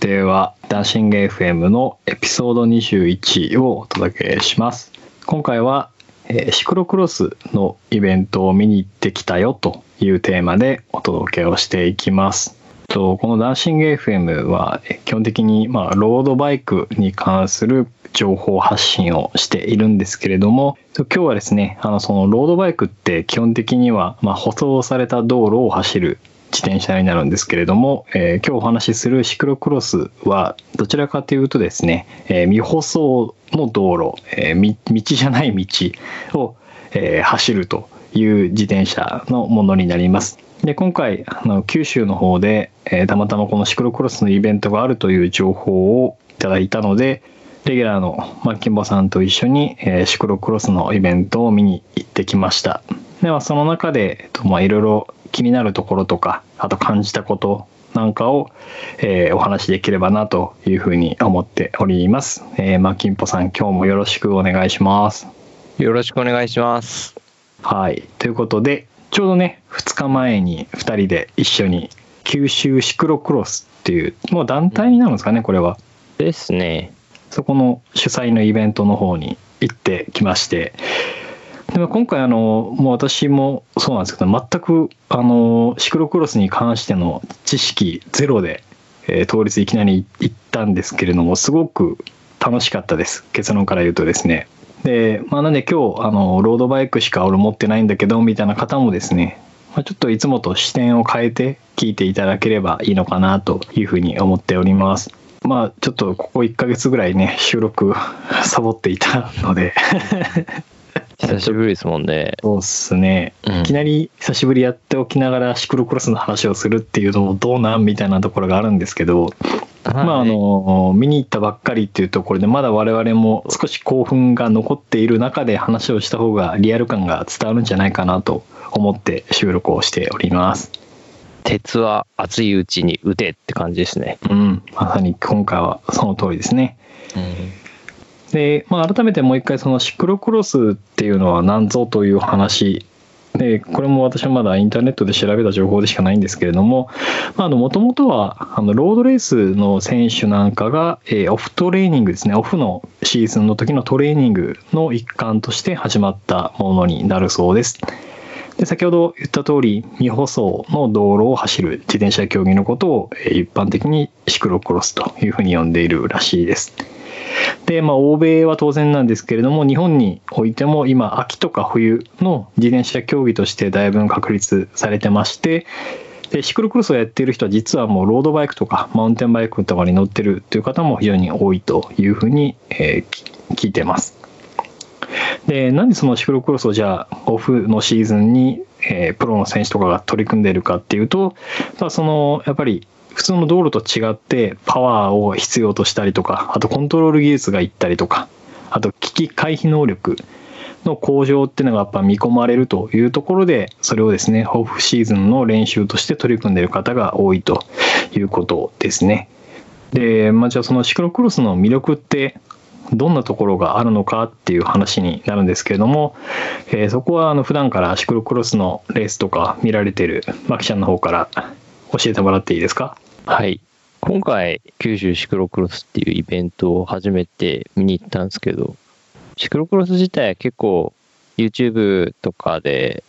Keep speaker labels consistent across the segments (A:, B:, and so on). A: では、ダンシング FM のエピソード21をお届けします。今回は、えーシクロクロスのイベントを見に行ってきたよというテーマでお届けをしていきます。とこのダンシング FM はえー基本的に、まあ、ロードバイクに関する情報発信をしているんですけれども、と今日はですね、あの、そのロードバイクって基本的には、まあ、舗装された道路を走る自転車になるんですけれども、えー今日お話しするシクロクロスはどちらかというとですね、えー未舗装の道路、えーみ道じゃない道を、えー走るという自転車のものになります。で今回あの九州の方で、えーたまたまこのシクロクロスのイベントがあるという情報をいただいたのでレギュラーのマッキンボさんと一緒に、えーシクロクロスのイベントを見に行ってきました。ではその中でえっとまあいろいろ気になるところとかあと感じたことなんかを、えーお話しできればなというふうに思っております。えーマッキンポさん今日もよろしくお願いします。
B: よろしくお願いします。
A: はい。ということで、ちょうどね、2日前に2人で一緒に九州シクロクロスっていう、もう団体になるんですかね、これは。
B: ですね。
A: そこの主催のイベントの方に行ってきまして、でも今回あの、もう私もそうなんですけど、全くあの、シクロクロスに関しての知識ゼロで、えー当日いきなり行ったんですけれども、すごく楽しかったです。結論から言うとですね。で、まあなんで今日、あの、ロードバイクしか俺持ってないんだけど、みたいな方もですね、まあ、ちょっといつもと視点を変えて聞いていただければいいのかなというふうに思っております。まあちょっとここ1ヶ月ぐらいね収録 サボっていたの で
B: 久しぶりですもんね。
A: そうっすね
B: うん
A: いきなり久しぶりやっておきながらシクロクロスの話をするっていうのもどうなんみたいなところがあるんですけどまああ
B: はい、
A: の見に行ったばっかりっていうところでまだ我々も少し興奮が残っている中で話をした方がリアル感が伝わるんじゃないかなと思って収録をしております。
B: 鉄は熱いうちに打てって感じですね。
A: うん、まさに今回はその通りですね。で、まあ、改めてもう一回そのシクロクロスっていうのは何ぞという話でこれも私はまだインターネットで調べた情報でしかないんですけれどももともとはあのロードレースの選手なんかが、えーオフトレーニングですねオフのシーズンの時のトレーニングの一環として始まったものになるそうです。で先ほど言った通り未舗装の道路を走る自転車競技のことをえー一般的にシクロクロスというふうに呼んでいるらしいです。で、まあ、欧米は当然なんですけれども、日本においても今、秋とか冬の自転車競技としてだいぶん確立されてまして、でシクロクロスをやっている人は実はもうロードバイクとかマウンテンバイクとかに乗ってるという方も非常に多いというふうに、えーき聞いてます。で、なんでそのシクロクロスをじゃあオフのシーズンに、えープロの選手とかが取り組んでいるかっていうと、まあ、そのやっぱり普通の道路と違ってパワーを必要としたりとかあとコントロール技術がいったりとかあと危機回避能力の向上っていうのがやっぱ見込まれるというところでそれをですねオフシーズンの練習として取り組んでいる方が多いということですね。で、まあ、じゃあそのシクロクロスの魅力ってどんなところがあるのかっていう話になるんですけれども、えーそこはあの普段からシクロクロスのレースとか見られてるマキちゃんの方から教えてもらっていいですか
B: はい。今回、九州シクロクロスっていうイベントを初めて見に行ったんですけど、シクロクロス自体は結構 YouTube とかで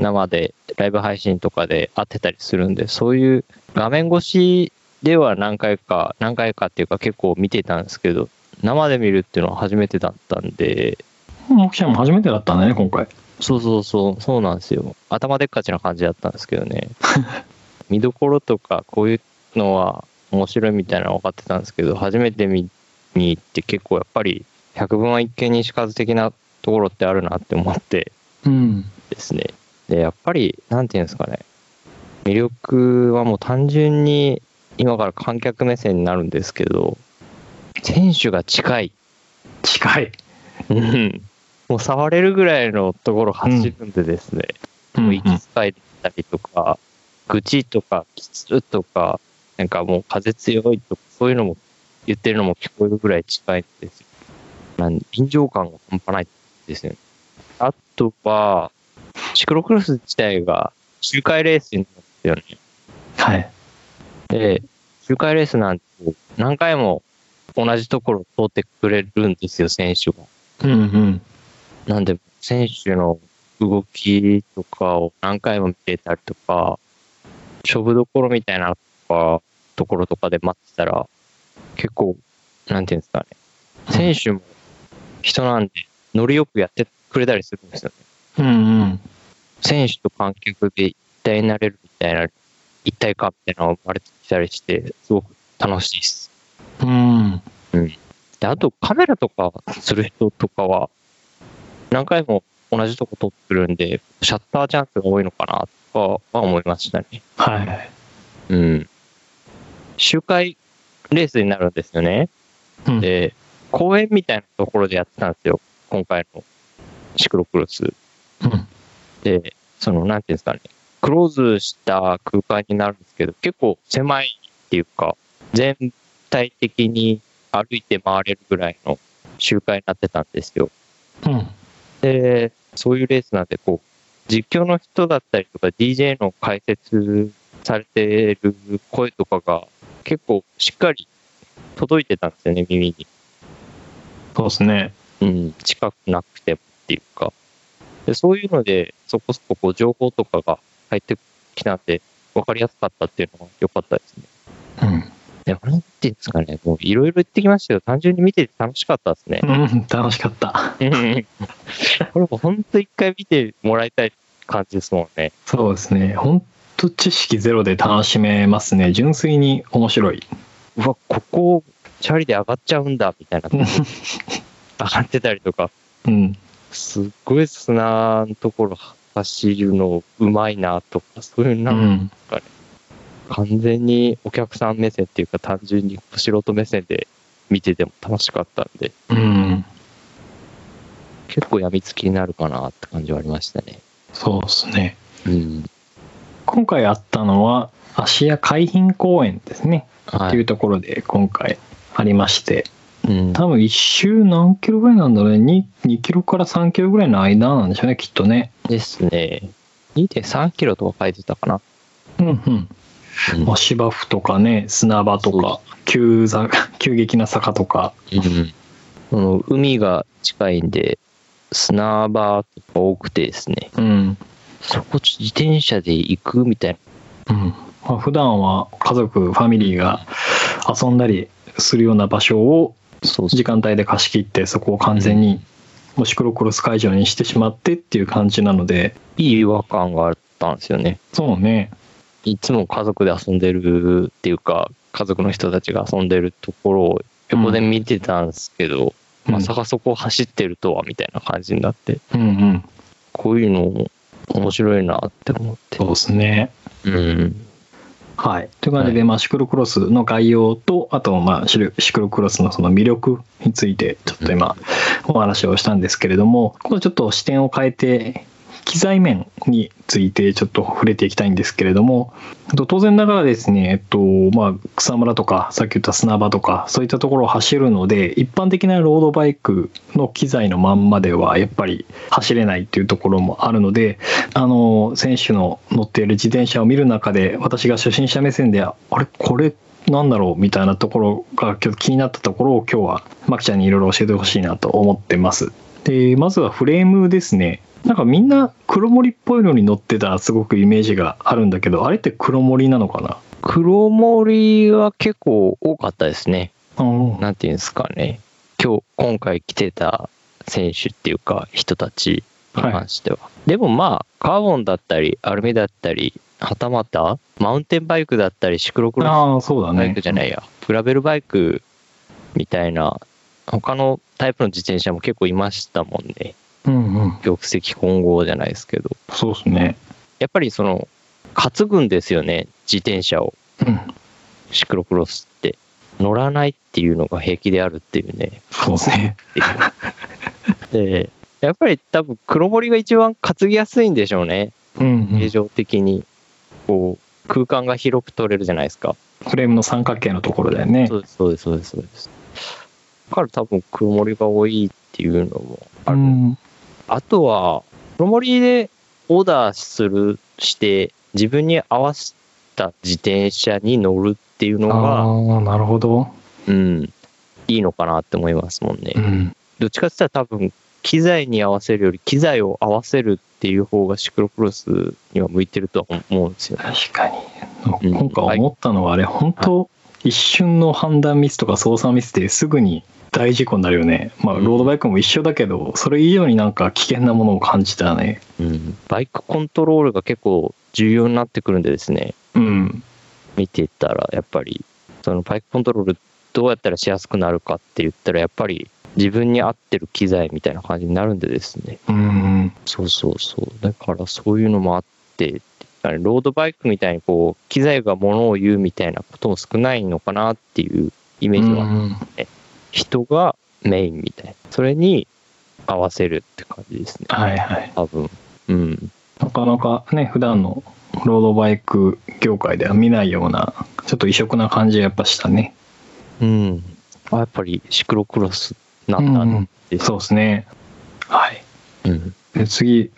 B: 生でライブ配信とかで会ってたりするんで、そういう画面越しでは何回か、何回かっていうか結構見てたんですけど、生で見るっていうのは初めてだったんで、
A: マキちゃんも初めてだったんだね今回
B: そうそうそう、そうなんですよ。頭でっかちな感じだったんですけどね。 見どころとか、こういうのは面白いみたいなのは分かってたんですけど、初めて見に行って結構やっぱり、百聞は一見にしかず的なところってあるなって思って
A: うん
B: ですね。で、やっぱり、なんていうんですかね。魅力はもう単純に、今から観客目線になるんですけど、選手が近い。
A: 近い、
B: うんもう触れるぐらいのところ走るんでですね。
A: うん
B: もう息遣いだったりとか、愚痴とか、きつとか、なんかもう風強いとか、そういうのも言ってるのも聞こえるぐらい近いんですよ。なん臨場感が半端ないですね。あとは、シクロクロス自体が周回レースになったよね。
A: はい
B: で、周回レースなんて何回も同じところを通ってくれるんですよ、選手が。
A: うんうん。
B: なんで、選手の動きとかを何回も見れたりとか、勝負どころみたいなとかところとかで待ってたら、結構、なんていうんですかね、選手も人なんで、乗りよくやってくれたりするんですよね。
A: うんうん。
B: 選手と観客で一体になれるみたいな、一体感みたいなのが生まれてきたりして、すごく楽しいです。
A: うん。
B: で、あとカメラとかする人とかは、何回も同じとこ撮ってるんで、シャッターチャンスが多いのかなとかは思いましたね。
A: はい。
B: うん。周回レースになるんですよね。
A: うん
B: で、公園みたいなところでやってたんですよ。今回のシクロクロス。
A: うん
B: で、その、なんていうんですかね。クローズした空間になるんですけど、結構狭いっていうか、全体的に歩いて回れるぐらいの周回になってたんですよ。
A: うん。
B: で、そういうレースなんで、こう、実況の人だったりとか、DJ の解説されてる声とかが、結構しっかり届いてたんですよね、耳に。
A: そうですね。
B: うん、近くなくてもっていうか。でそういうので、そこそここう情報とかが入ってきたんで、分かりやすかったっていうのは良かったですね。
A: うん。
B: でもなんていうんですかね、もういろいろ言ってきましたけど、単純に見てて楽しかったですね。
A: うん、楽しかった。
B: うんこれも本当一回見てもらいたい感じですもんね。
A: そうですね。本当知識ゼロで楽しめますね。純粋に面白い。
B: うわ、ここ、チャリで上がっちゃうんだ、みたいな。
A: うん
B: 上がってたりとか、
A: うん。
B: すっごい砂のところ走るのうまいな、とか、そういう
A: う
B: なんか
A: ん。
B: 完全にお客さん目線っていうか、単純に素人目線で見てても楽しかったんで、
A: うん。
B: 結構やみつきになるかなって感じはありましたね。
A: そうですね。
B: うん。
A: 今回あったのは、芦屋海浜公園ですね。っ
B: は
A: てい
B: い。
A: うところで今回ありまして、
B: うん、
A: 多分一周何キロぐらいなんだろうね。2, 2キロから3キロぐらいの間なんでしょうね、きっとね。
B: ですね。2.3キロとか書いてたかな。
A: うんうん。
B: うん
A: まあ、芝生とかね砂場とか急ざ急激な坂 とか
B: うん、その海が近いんで砂場とか多くてですね
A: うん、
B: そこ自転車で行くみたい
A: うんまあ、普段は家族ファミリーが遊んだりするような場所を
B: なそう
A: 時間帯で貸し切ってそこを完全にもうシクロクロス会場にしてしまってっていう感じなので
B: いい違和感があったんですよね
A: そうね
B: いつも家族で遊んでるっていうか家族の人たちが遊んでるところを横で見てたんですけど、まさかそこを走ってるとはみたいな感じになって
A: うんうん
B: こういうのも面白いなって思って
A: そうですね
B: うん
A: はいという感じで、まあ、シクロクロスの概要とあとまあシルシクロクロスのその魅力についてちょっと今お話をしたんですけれどもここでちょっと視点を変えて機材面についてちょっと触れていきたいんですけれどもえっと当然ながらですね、えっとまあ、草むらとかさっき言った砂場とかそういったところを走るので一般的なロードバイクの機材のまんまではやっぱり走れないっていうところもあるのであの選手の乗っている自転車を見る中で私が初心者目線であれこれなんだろうみたいなところがちょっと気になったところを今日はマキちゃんにいろいろ教えてほしいなと思ってます。でまずはフレームですね。なんかみんな黒森っぽいのに乗ってたすごくイメージがあるんだけどあれって黒森なのかな
B: 黒森は結構多かったですね
A: うん
B: なんていうんですかね、今日、今回来てた選手っていうか、人たちに関しては。でもまあ、カーボンだったり、アルミだったり、はたまた、マウンテンバイクだったり、シクロクロ
A: ああそうだ
B: ス
A: ね
B: バイクじゃないや、グラベルバイクみたいな、他のタイプの自転車も結構いましたもんね。
A: うんうん
B: 玉石混合じゃないですけど。
A: そうですね
B: やっぱりその、担ぐんですよね、自転車を。
A: うん
B: シクロクロスって。乗らないっていうのが平気であるっていうね。
A: そうですね
B: で、やっぱり多分黒堀が一番担ぎやすいんでしょうね。
A: うん、う
B: 形
A: ん、
B: 状的に。こう、空間が広く取れるじゃないですか。
A: フレームの三角形のところだよね
B: そうです、そうです、そうです、そうです。だから多分黒森が多いっていうのもあ
A: う
B: る。
A: ん
B: あとは、黒森でオーダーする、して、自分に合わせた自転車に乗るっていうの
A: あ
B: が、
A: あ、なるほど。
B: うん、いいのかなって思いますもんね
A: う。ん。
B: どっちかって言ったら多分、機材に合わせるより、機材を合わせるっていう方がシクロクロスには向いてるとは思うんですよね。
A: 確かに。
B: うん
A: 今回思ったのはあれ、本当一瞬の判断ミスとか操作ミスですぐに大事故になるよね。まあ、
B: うん
A: ロードバイクも一緒だけど、それ以上になんか危険なものを感じたね。
B: うん、バイクコントロールが結構重要になってくるんでですね、
A: うん。
B: 見てたらやっぱりそのバイクコントロールどうやったらしやすくなるかって言ったらやっぱり自分に合ってる機材みたいな感じになるんでですね
A: うん。
B: そうそうそうだからそういうのもあってあのロードバイクみたいにこう機材がものを言うみたいなことも少ないのかなっていうイメージは、
A: うん
B: 人がメインみたいなそれに合わせるって感じですね
A: はいはい。
B: 多分うん
A: なかなかね、普段のロードバイク業界では見ないような、ちょっと異色な感じがやっぱしたね。
B: うんあやっぱりシクロクロスなんだ
A: う
B: ね
A: んそうですね。はい。
B: うん
A: で次、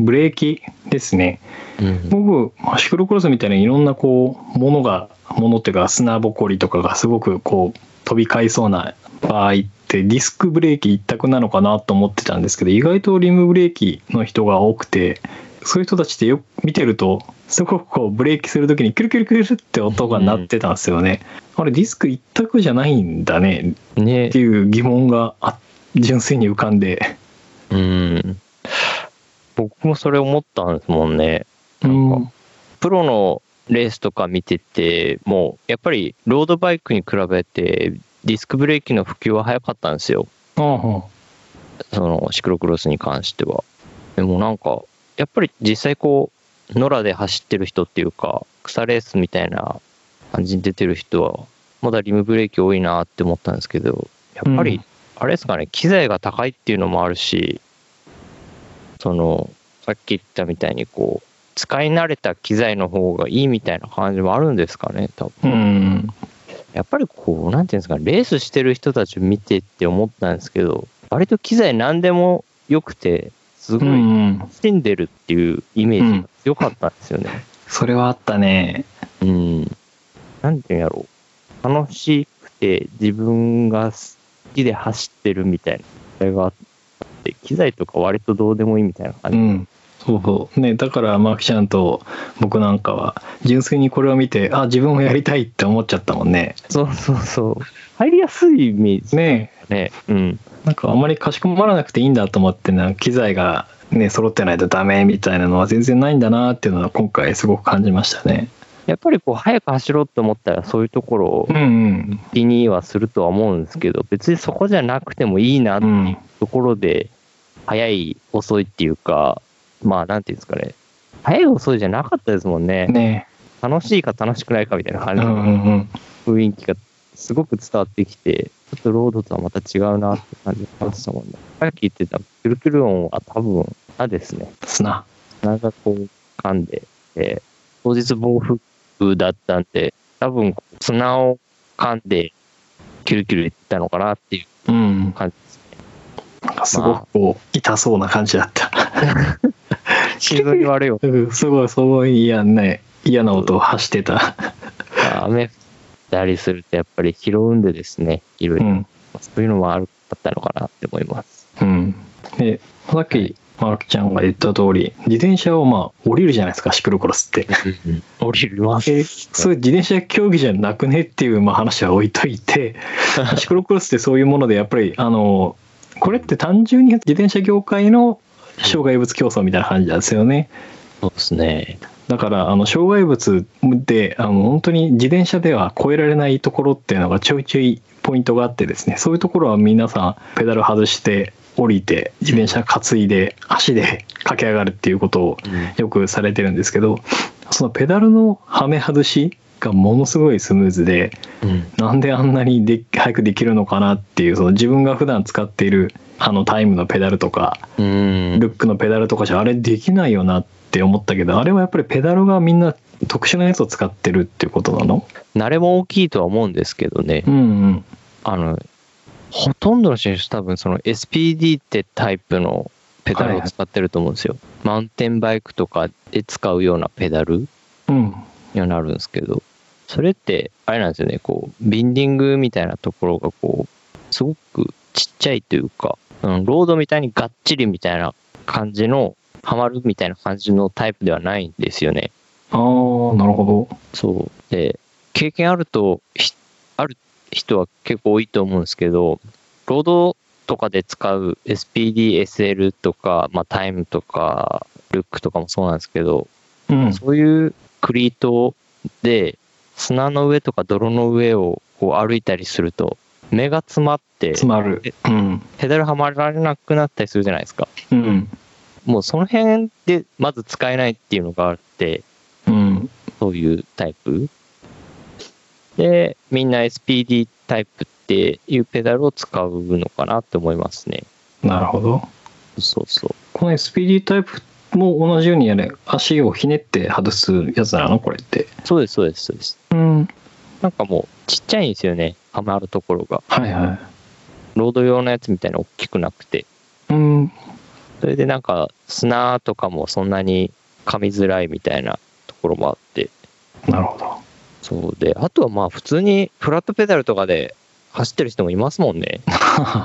A: ブレーキですね。
B: うん
A: 僕、まあシクロクロスみたいにいろんなこう、ものが、ものっていうか砂ぼこりとかがすごくこう、飛び交いそうな場合って、ディスクブレーキ一択なのかなと思ってたんですけど、意外とリムブレーキの人が多くて、そういう人たちってよく見てると、すごくこう、ブレーキするときにキュルキュルキュルって音が鳴ってたんですよね。あれ、ディスク一択じゃないんだね
B: ね
A: っていう疑問があ純粋に浮かんで。
B: うん。僕もそれ思ったんですもんね。
A: うん
B: なんプロのレースとか見てて、もうやっぱりロードバイクに比べてディスクブレーキの普及は早かったんですよ。
A: うん
B: そのシクロクロスに関しては。でもなんか、やっぱり実際こう、野良で走ってる人っていうか、草レースみたいな感じに出てる人は、まだリムブレーキ多いなって思ったんですけど、やっぱ
A: う
B: り
A: ん、
B: あれですかね、機材が高いっていうのもあるし、その、さっき言ったみたいにこう、使い慣れた機材の方がいいみたいな感じもあるんですかね、多分。
A: うん。
B: やっぱりこう、なんていうんですか、レースしてる人たちを見てって思ったんですけど、割と機材何でも良くて、す
A: う
B: ごい楽
A: ん。
B: しんでるっていうイメージが強かったんですよね。
A: それはあったね。
B: うん。なんていうんやろう。楽しくて自分が好きで走ってるみたいな、それがあって、機材とか割とどうでもいいみたいな感
A: う
B: じ。
A: ん。そうそう。ね、だから、マキちゃんと僕なんかは、純粋にこれを見て、あ、自分もやりたいって思っちゃったもんね。
B: そうそうそう。入りやすいイメージ
A: ね
B: ね。うん。
A: なんかあんまりかしこまらなくていいんだと思ってな、機材がね、揃ってないとダメみたいなのは全然ないんだなっていうのは今回すごく感じましたね。
B: やっぱりこう、早く走ろうって思ったら、そういうところを
A: うんうん。
B: 気にはするとは思うんですけど、別にそこじゃなくてもいいなって
A: うん。
B: ところで、早い、遅いっていうか、まあ、なんていうんですかね、早い、遅いじゃなかったですもんね。
A: ね
B: 楽しいか楽しくないかみたいな
A: う
B: 感
A: ん
B: じ
A: う
B: の
A: んうん。
B: 雰囲気がすごく伝わってきて、ちょっとロードとはまた違うなって感じがしましたもんね。さっき言ってた、くるくる音は多分、あですね。
A: 砂。
B: なんかこう噛んで、えー当日暴風雨だったんで、多分砂を噛んで、キュルキュルいったのかなってい
A: う
B: う
A: ん。
B: 感じですね。
A: なんかすごくこう、痛そうな感じだった。
B: 心臓に悪い音
A: うんすごい、すごい嫌ね、嫌な音を発してた。
B: が雨降ったりするとやっぱり拾うんでですね、いろいうろ。
A: ん。
B: そういうのもあるだったのかなって思います。
A: うん、でさっきマーキちゃんが言った通り自転車をまあ降りるじゃないですかシクロクロスって。
B: 降ります。
A: えそういう自転車競技じゃなくねっていうまあ話は置いといてシクロクロスってそういうものでやっぱりあのこれって単純に自転車業界の障害物競争みたいな感じなんですよね。
B: そうですね。
A: だからあの障害物であの本当に自転車では越えられないところっていうのがちょいちょいポイントがあってですねそういうところは皆さんペダル外して降りて自転車担いで足で駆け上がるっていうことをよくされてるんですけどそのペダルのはめ外しがものすごいスムーズで
B: うん。
A: なんであんなにで早くできるのかなっていうその自分が普段使っているあのタイムのペダルとか
B: うん。
A: ルックのペダルとかじゃあれできないよなって思ったけどあれはやっぱりペダルがみんな特殊なやつを使ってるっていうことなの
B: 慣れも大きいとは思うんですけどね。
A: うんうん
B: あの、ほとんどの選手多分その SPD ってタイプのペダルを使ってると思うんですよ。マウンテンバイクとかで使うようなペダル
A: うん
B: にはなるんですけど、それって、あれなんですよね、こう、ビンディングみたいなところが、こう、すごくちっちゃいというか、うん、ロードみたいにがっちりみたいな感じの、ハマるみたいな感じのタイプではないんですよね。
A: ああなるほど
B: そう。で、経験あると、ひある人は結構多いと思うんですけど、ロードとかで使う SPD、SL とか、まあ、タイムとか、ルックとかもそうなんですけど、
A: うん
B: そういうクリートで、砂の上とか泥の上をこう歩いたりすると、目が詰まって、
A: 詰まる
B: え
A: うん
B: ペダルはまられなくなったりするじゃないですか。
A: うん
B: もうその辺でまず使えないっていうのがあって、
A: うん
B: そういうタイプ。で、みんな SPD タイプっていうペダルを使うのかなって思いますね。
A: なるほど
B: そうそう。
A: この SPD タイプも同じようにやれ足をひねって外すやつなのこれって
B: そうです、そうです、そうです。
A: うん
B: なんかもうちっちゃいんですよね。はまるところが。
A: はいは
B: ロード用のやつみたいに大きくなくて。
A: いうん
B: それでなんか砂とかもそんなに噛みづらいみたいなところもあって。
A: なるほど
B: そうで、あとはまあ普通にフラットペダルとかで走ってる人もいますもんね。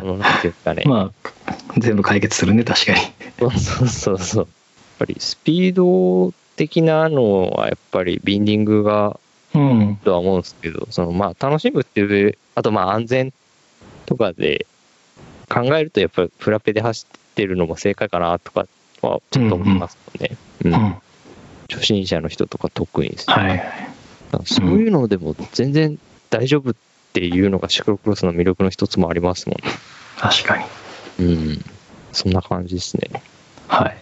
B: このなんていうかね。
A: まあ全部解決するね確かに
B: そうそうそうそう。やっぱりスピード的なのはやっぱりビンディングが
A: うん
B: とは思うんですけど、そのまあ楽しむっていう上、あとまあ安全とかで考えるとやっぱりフラペで走ってるのも正解かなとかはちょっと思いますもんね。うん
A: うん
B: 初心者の人とか特にですね。
A: はい
B: だからそういうのでも全然大丈夫っていうのがシクロクロスの魅力の一つもありますもんね。
A: 確かに
B: うん。そんな感じですね。
A: はい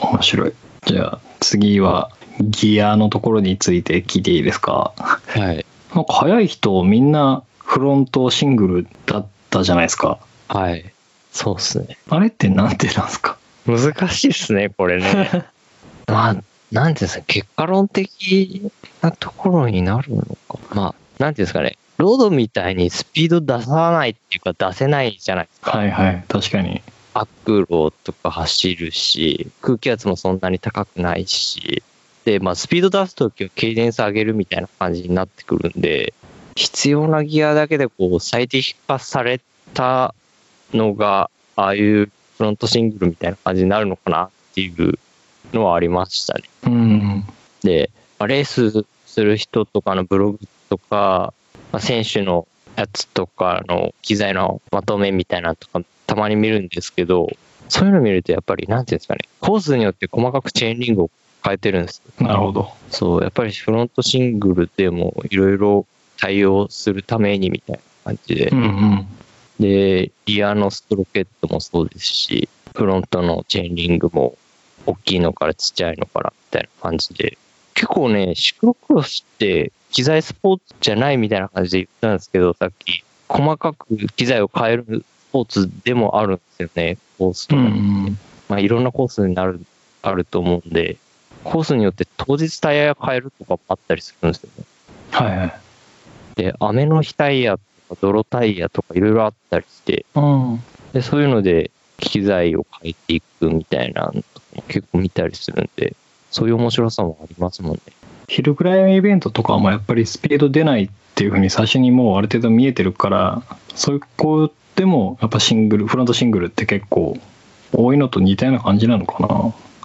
A: 面白いじゃあ次はギアのところについて聞いていいですか
B: はい。
A: なんか早い人みんなフロントシングルだったじゃないですか
B: はい。そうっすね。
A: あれってなんてなんですか
B: 難しいですね、これね。 まあ、なんていうんですか、結果論的なところになるのか。まあ、なんていうんですかね、ロードみたいにスピード出さないっていうか、出せないじゃないですか。
A: はいはい確かに
B: アクロとか走るし、空気圧もそんなに高くないし、で、まあ、スピード出すときは軽電ス上げるみたいな感じになってくるんで、必要なギアだけでこう、最適化されたのが、ああいうフロントシングルみたいな感じになるのかなっていうのはありましたね。
A: うん
B: で、まあレースする人とかのブログとか、まあ、選手のやつとかの機材のまとめみたいなのとかたまに見るんですけど、そういうの見るとやっぱりなんていうんですかね、コースによって細かくチェーンリングを変えてるんです。
A: なるほど
B: そう、やっぱりフロントシングルでもいろいろ対応するためにみたいな感じで
A: う、んうん
B: で、リアのストロケットもそうですし、フロントのチェーンリングも大きいのからちっちゃいのからみたいな感じで、結構ね、シクロクロスって機材スポーツじゃないみたいな感じで言ったんですけど、さっき、細かく機材を変えるスポーツでもあるんですよね、コースと
A: う
B: か。
A: ん
B: まあ、いろんなコースになる、あると思うんで、コースによって当日タイヤ変えるとかもあったりするんですよね。
A: はいはい
B: で、雨の日タイヤとか泥タイヤとかいろいろあったりして、
A: うん
B: で、そういうので、機材を変えていくみたいなのとかも結構見たりするんで、そういう面白さもありますもんね。
A: ヒルクライムイベントとかもやっぱりスピード出ないっていうふうに最初にもうある程度見えてるからそういう子でもやっぱシングルフロントシングルって結構多いのと似たような感じなのかな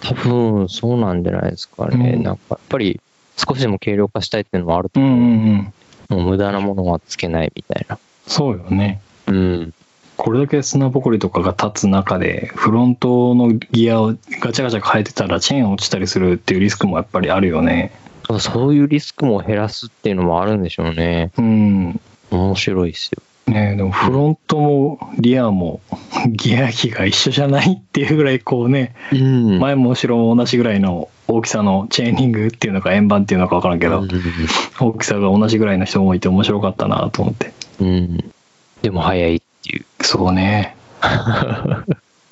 B: 多分、そうなんじゃないですかね。
A: うん
B: なんか、やっぱり、少しでも軽量化したいっていうのもあると、
A: うんうんうん
B: もう無駄なものはつけないみたいな。
A: そうよね
B: うん。
A: これだけ砂ぼこりとかが立つ中でフロントのギアをガチャガチャ変えてたらチェーン落ちたりするっていうリスクもやっぱりあるよね
B: そういうリスクも減らすっていうのもあるんでしょうね。
A: うん
B: 面白いっすよ。
A: ねえでもフロントもリアもギア比が一緒じゃないっていうぐらいこうね
B: うん
A: 前も後ろも同じぐらいの大きさのチェーニングっていうのか円盤っていうのか分からんけど、大きさが同じぐらいの人もいて面白かったなと思って
B: うん。でも早いっていう。
A: そうね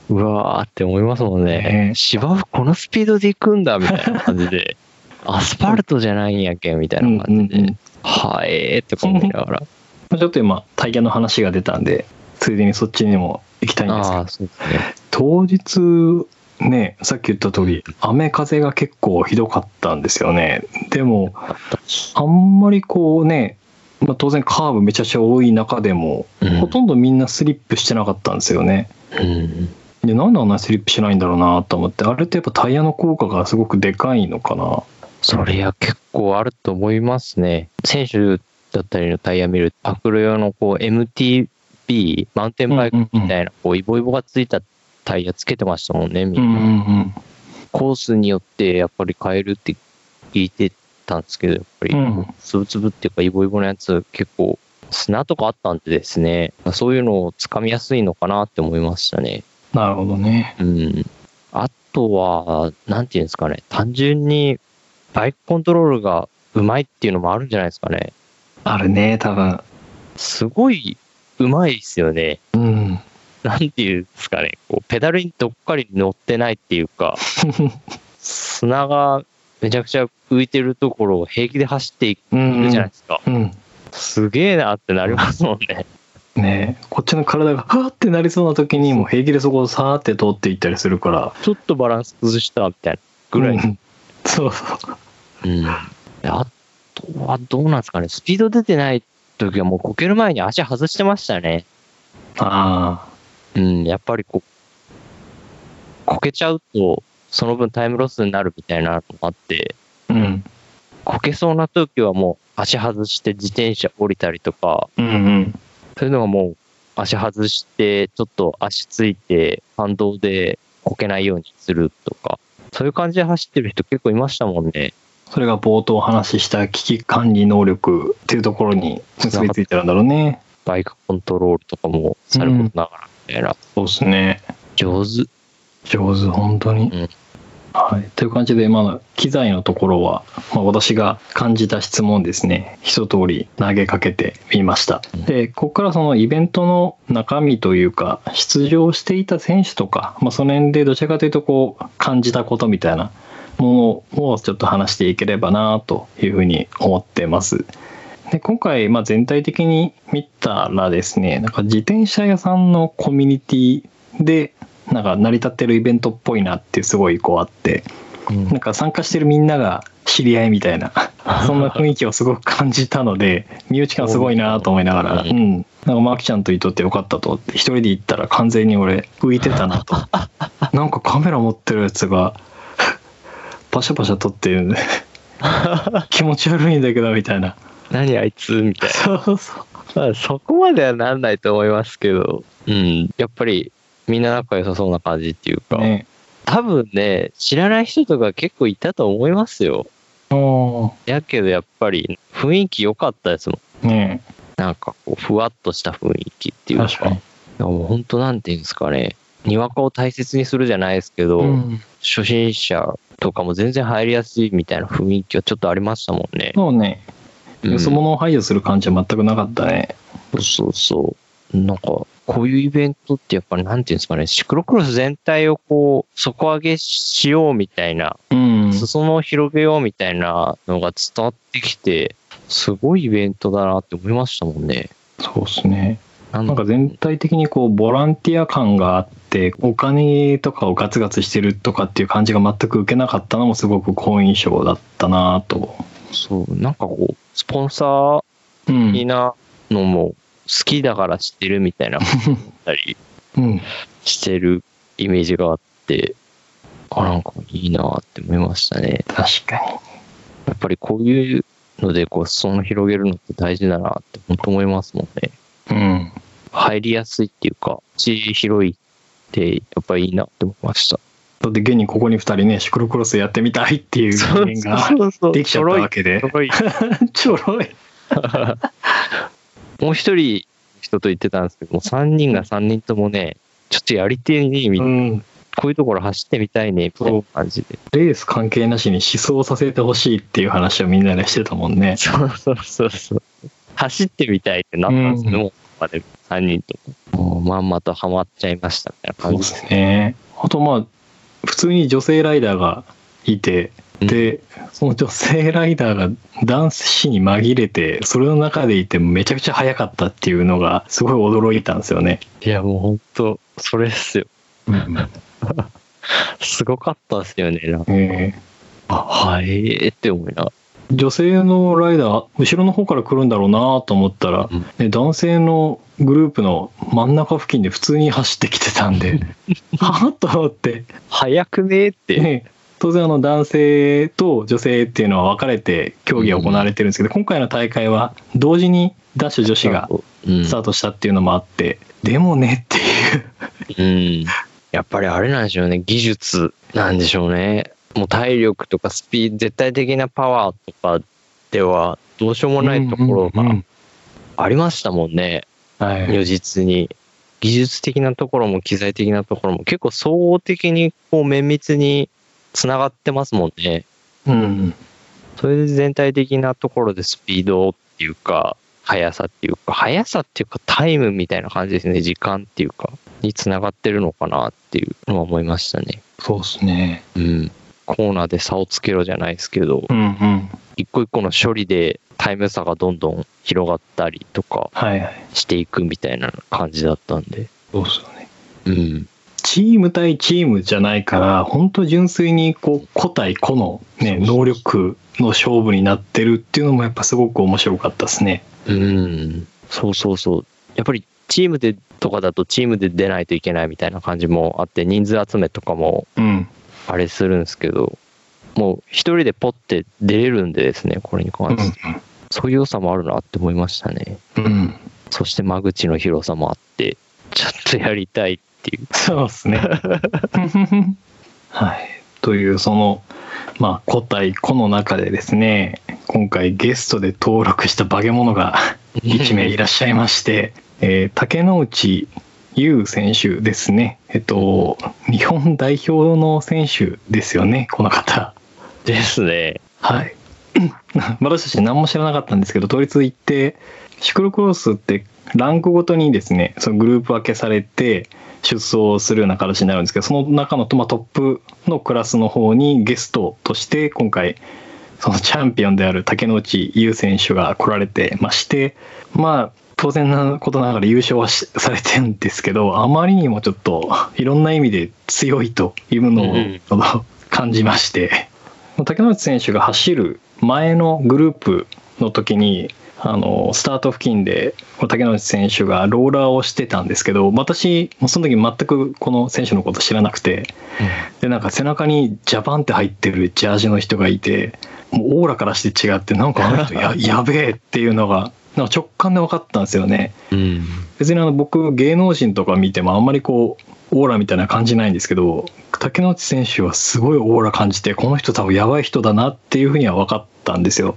B: うわーって思いますもんね。
A: ね
B: 芝生このスピードで行くんだみたいな感じ で。アスファルトじゃないんやけんみたいな感じで。
A: うんうんうん
B: はえーって思いながら。
A: まあちょっと今タイヤの話が出たんでついでにそっちにも行きたいんですけ
B: あ
A: ど
B: あ、そうですね。
A: 当日ね、さっき言った通り、雨風が結構ひどかったんですよね。でも、あんまりこうね、まあ、当然カーブめちゃくちゃ多い中でも、
B: うん
A: ほとんどみんなスリップしてなかったんですよね。
B: うん。
A: で、なんであんなにスリップしないんだろうなと思って、あれってやっぱタイヤの効果がすごくでかいのかな。
B: それは結構あると思いますね。選手だったりのタイヤ見ると、パクロ用のこう MTB、マウンテンバイクみ
A: うんうんうん
B: たいな、こうイボイボがついたタイヤつけてましたもんね、み
A: うんんう
B: な。
A: ん
B: コースによってやっぱり変えるって聞いてたんですけど、やっぱ
A: う
B: り、
A: ん。うん。
B: つぶつぶっていうか、イボイボのやつ結構砂とかあったんでですね、そういうのをつかみやすいのかなって思いましたね。
A: なるほどね。
B: うん。あとは、なんていうんですかね、単純にバイクコントロールがうまいっていうのもあるんじゃないですかね。
A: あるね、多分。
B: すごいうまいですよね。
A: うん。
B: なんていうんですかね、こうペダルにどっかり乗ってないっていうか、砂がめちゃくちゃ浮いてるところを平気で走っていく
A: うん、
B: じゃないですか。
A: うん。
B: すげえなってなりますもんね。
A: ねえこっちの体が、はーってなりそうな時に、もう平気でそこをさーって通っていったりするから。
B: ちょっとバランス崩したみたいなぐら
A: う
B: い
A: んそうそう。
B: うん、あとはどうなんですかね、スピード出てない時はもうこける前に足外してましたね。
A: あ
B: うん、やっぱりこう、こけちゃうと、その分タイムロスになるみたいなのもあって、
A: あ。うん。
B: こけそうな時はもう足外して自転車降りたりとか、
A: うんうん。
B: そういうのがもう足外して、ちょっと足ついて、反動でこけないようにするとか、そういう感じで走ってる人結構いましたもんね。
A: それが冒頭お話しした危機管理能力っていうところに結びついてるんだろうね。
B: バイクコントロールとかもさることながらみたいな。
A: そうですね。
B: 上手。
A: 上手、本当に。
B: うん
A: はい。という感じで、まあ、機材のところは、まあ、私が感じた質問ですね。一通り投げかけてみました。
B: うん
A: で、ここからそのイベントの中身というか、出場していた選手とか、まあ、その辺でどちらかというと、こう、感じたことみたいなものをちょっと話していければなというふうに思ってます。で今回、まあ、全体的に見たらですねなんか自転車屋さんのコミュニティでなんか成り立ってるイベントっぽいなってすごいこうあってなんか参加してるみんなが知り合いみたい なそんな雰囲気をすごく感じたので身内感すごいなと思いながら、
B: う
A: うんん、なんかマキちゃんと行っとってよかったと思って一人で行ったら完全に俺浮いてた なとなんかカメラ持ってるやつがパシャパシャ撮って る気持ち悪いんだけどみたいな
B: 何あいつみたい
A: そうそう
B: な。まあ、そこまではなんないと思いますけど、うん、やっぱりみんな仲良さそうな感じっていうか、
A: ね
B: 多分ね、知らない人とか結構いたと思いますよ。
A: お
B: やけどやっぱり雰囲気良かったですもん。
A: ね
B: なんかこう、ふわっとした雰囲気っていうか、
A: 確かに
B: でも本当なんていうんですかね、にわかを大切にするじゃないですけど、
A: うん
B: 初心者とかも全然入りやすいみたいな雰囲気はちょっとありましたもんね。
A: そうね
B: うん
A: よそ者を排除する感じは全くなかったね
B: そうそうそう。なんか、こういうイベントってやっぱりなんていうんですかね、シクロクロス全体をこう、底上げしようみたいな、
A: うん
B: 裾野を広げようみたいなのが伝わってきて、すごいイベントだなって思いましたもんね。
A: そうですね
B: なん
A: なんか全体的にこうボランティア感があってお金とかをガツガツしてるとかっていう感じが全く受けなかったのもすごく好印象だったなと、
B: そう、なんかこう、スポンサー
A: うん
B: 的なのも好きだから知ってるみたいなことだったり
A: うん、
B: してるイメージがあって、あ、なんかいいなって思いましたね。
A: 確かに
B: やっぱりこういうので、こう、裾野広げるのって大事だなって、本当思いますもんね。
A: うん
B: 入りやすいっていうか、地広いって、やっぱりいいなって思いました。
A: だって現にここに2人ねシクロクロスやってみたいっていう人間が
B: うそ
A: できちゃったわけで
B: ちょろいちょろ
A: ちょろい
B: いもう一人、人と言ってたんですけども、三人が三人ともね、ちょっとやりてえに、みたいな
A: うん
B: こういうところ走ってみたいね、みたいな感じで。
A: レース関係なしに思想させてほしいっていう話をみんなでしてたもんね
B: そうそうそうそう。走ってみたいってなったんですけど、
A: うん
B: もうここまで三人とも。もうまんまとハマっちゃいましたみたいな
A: そう
B: 感
A: で
B: じです
A: すね。あとまあ普通に女性ライダーがいて、でその女性ライダーが男子に紛れてそれの中でいてめちゃくちゃ速かったっていうのがすごい驚いたんですよね。
B: いや、もう本当それっすよ。すごかったですよね。なんか
A: ええ
B: あはい、えーって思いなが
A: 女性のライダー、後ろの方から来るんだろうなと思ったら、
B: うん
A: ね男性のグループの真ん中付近で普通に走ってきてたん で、はぁっと思って、
B: ら。早くねーって。
A: ね当然あの男性と女性っていうのは分かれて競技が行われてるんですけど、今回の大会は同時に男子女子が
B: うん
A: スタートしたっていうのもあって、でもねっていう。
B: うん。やっぱりあれなんでしょうね。技術なんでしょうね。もう体力とかスピード、絶対的なパワーとかではどうしようもないところ
A: うんうんう
B: が
A: ん
B: ありましたもんね。
A: はい
B: 如実に。技術的なところも機材的なところも結構総合的にこう綿密につながってますもんね。
A: うん
B: それで全体的なところでスピードっていうか、速さっていうか、速さっていうかタイムみたいな感じですね。時間っていうか、につながってるのかなっていうのは思いましたね。
A: そうですね。
B: うん。コーナーで差をつけろじゃないですけど
A: う、んうん。
B: 一個一個の処理でタイム差がどんどん広がったりとか
A: はいはい。
B: していくみたいな感じだったんで。
A: そうっすよね。
B: うん。
A: チーム対チームじゃないから、本当純粋にこう、個対個のね、能力の勝負になってるっていうのもやっぱすごく面白かったですね。
B: うん。そうそうそう。やっぱりチームでとかだとチームで出ないといけないみたいな感じもあって、人数集めとかも
A: うん。
B: あれするんですけど、もう一人でポッて出れるんでですね、これに
A: う
B: 関して。
A: ん。
B: そういう良さもあるなって思いましたね。
A: うん。
B: そして間口の広さもあって、ちょっとやりたいっていう。
A: そうですね。はい。という、その、まあ、個対個の中でですね、今回ゲストで登録した化け物が1名いらっしゃいまして、えー竹之内優選手ですね。えっと、日本代表の選手ですよね、この方。
B: ですね。
A: はい。 私たち何も知らなかったんですけど、統一行って、シクロクロスってランクごとにですね、そのグループ分けされて出走するような形になるんですけど、その中のまあトップのクラスの方にゲストとして今回、そのチャンピオンである竹之内優選手が来られてまして、まあ、当然なことながら優勝はしされてるんですけど、あまりにもちょっといろんな意味で強いというの
B: う
A: を
B: ん
A: その感じまして、竹之内選手が走る前のグループの時に、あのスタート付近で竹之内選手がローラーをしてたんですけど私もうその時全くこの選手のこと知らなくてでなんか背中にジャパンって入ってるジャージの人がいてもうオーラからして違ってなんかあの人ややべえっていうのがなんか直感で分かったんですよね
B: うん。
A: 別にあの僕芸能人とか見てもあんまりこうオーラみたいな感じないんですけど竹之内選手はすごいオーラ感じてこの人多分やばい人だなっていうふうには分かったんですよ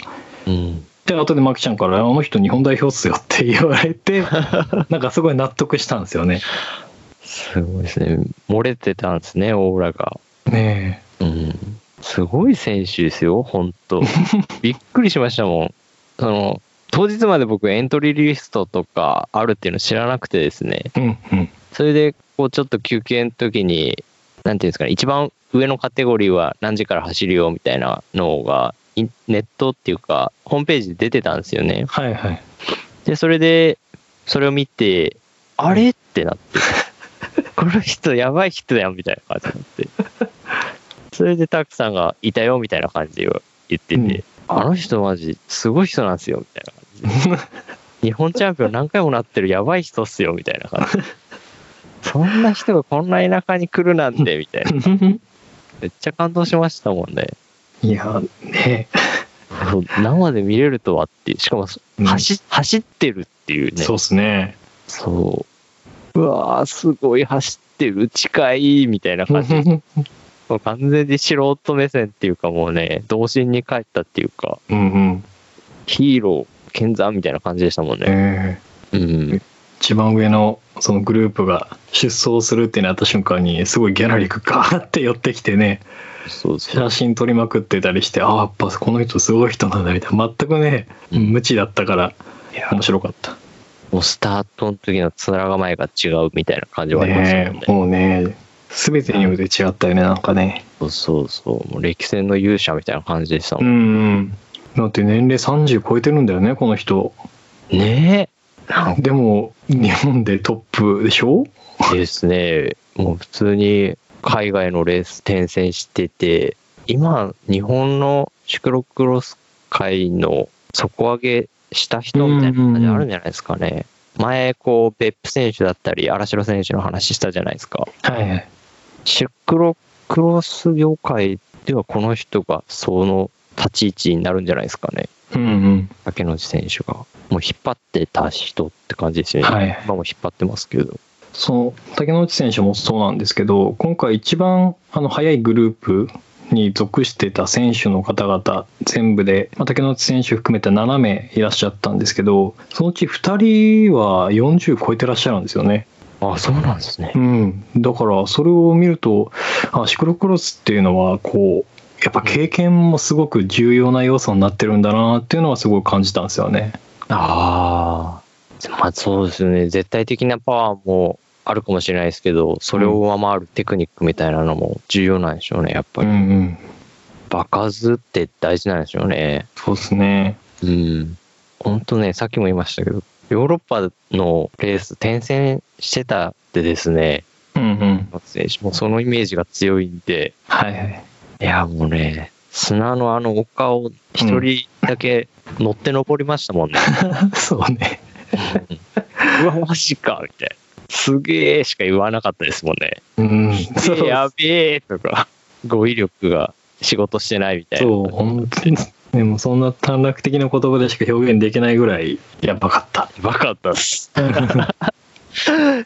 B: うん。
A: で後でマキちゃんから「あの人日本代表っすよ」って言われてなんかすごい納得したんですよね
B: すごいですね。漏れてたんですね、オーラが。
A: ね
B: うん。すごい選手ですよ、本当びっくりしましたもん。その、当日まで僕エントリーリストとかあるっていうの知らなくてですね。
A: えうんうん
B: それで、こう、ちょっと休憩の時に、なんていうんですかね、一番上のカテゴリーは何時から走るよみたいなのが、インネットっていうか、ホームページで出てたんですよね。
A: はいはい
B: で、それで、それを見て、あれってな って、この人やばい人やんみたいな感じになって。それで、タクさんがいたよみたいな感じを言ってて、
A: うん
B: あの人マジすごい人なんですよみたいな感 じ。日本チャンピオン何回もなってるやばい人っすよみたいな感じ。そんな人がこんな田舎に来るなんてみたいな。めっちゃ感動しましたも んね。
A: いやね
B: そう生で見れるとはって、しかも、
A: うん
B: 走走ってるっていうね。
A: そうっすね
B: そう。うわー、すごい走ってる、近い、みたいな感じ。もう完全に素人目線っていうかもうね、童心に帰ったっていうか、
A: うんうん
B: ヒーロー、剣山みたいな感じでしたもんね。
A: ええ
B: うん。
A: 一番上のそのグループが出走するってなった瞬間にすごいギャラリーがガーって寄ってきてね
B: そうそう。
A: 写真撮りまくってたりしてああやっぱこの人すごい人なんだみたいな全くね
B: うん
A: 無知だったから面白かった
B: もうスタートの時の面構えが違うみたいな感じはありましたも
A: ね
B: んね。
A: えもうね全てにおいて違ったよねなんかね
B: そうそうそう。もう歴戦の勇者みたいな感じでしたも。
A: うんんうんだって年齢30超えてるんだよねこの人
B: ね
A: でも日本でトップでしょ
B: え。ですね。もう普通に海外のレース転戦してて、今、日本のシクロクロス界の底上げした人みたいな感じあるんじゃないですかね。前、こう、別府選手だったり、荒城選手の話したじゃないですか。
A: はいはい。
B: シクロクロス業界ではこの人がその立ち位置になるんじゃないですかね。
A: うんうん。
B: 竹野内選手が。もう引っ張ってた人って感じですよね。
A: はい
B: 今も引っ張ってますけど。
A: その竹之内選手もそうなんですけど今回一番あの早いグループに属してた選手の方々全部で、まあ、竹之内選手含めて7名いらっしゃったんですけどそのうち2人は40超えてらっしゃるんですよね。
B: あ、そうなんですね
A: う。ん、だからそれを見るとあシクロクロスっていうのはこうやっぱ経験もすごく重要な要素になってるんだなっていうのはすごい感じたんですよね。
B: ああ。まあそうですよね。絶対的なパワーもあるかもしれないですけど、それを上回るテクニックみたいなのも重要なんでしょうね。やっぱ
A: うん
B: り。
A: うん、
B: 場数って大事なんでしょうね。
A: そうですね。
B: うん。ほんとね、さっきも言いましたけど、ヨーロッパのレース転戦してたってですね、
A: うんうん、
B: 選手もそのイメージが強いんで、
A: はいはい。
B: いや、もうね、砂のあの丘を一人だけ乗って登りましたもんね。
A: そうね。
B: うわ、マジかみたいな。すげえしか言わなかったですもんね。
A: うん、
B: えーやべえとか、語彙力が仕事してないみたいな。
A: そう、本当に。でもそんな短絡的な言葉でしか表現できないぐらいやばか った。
B: やばかったっす。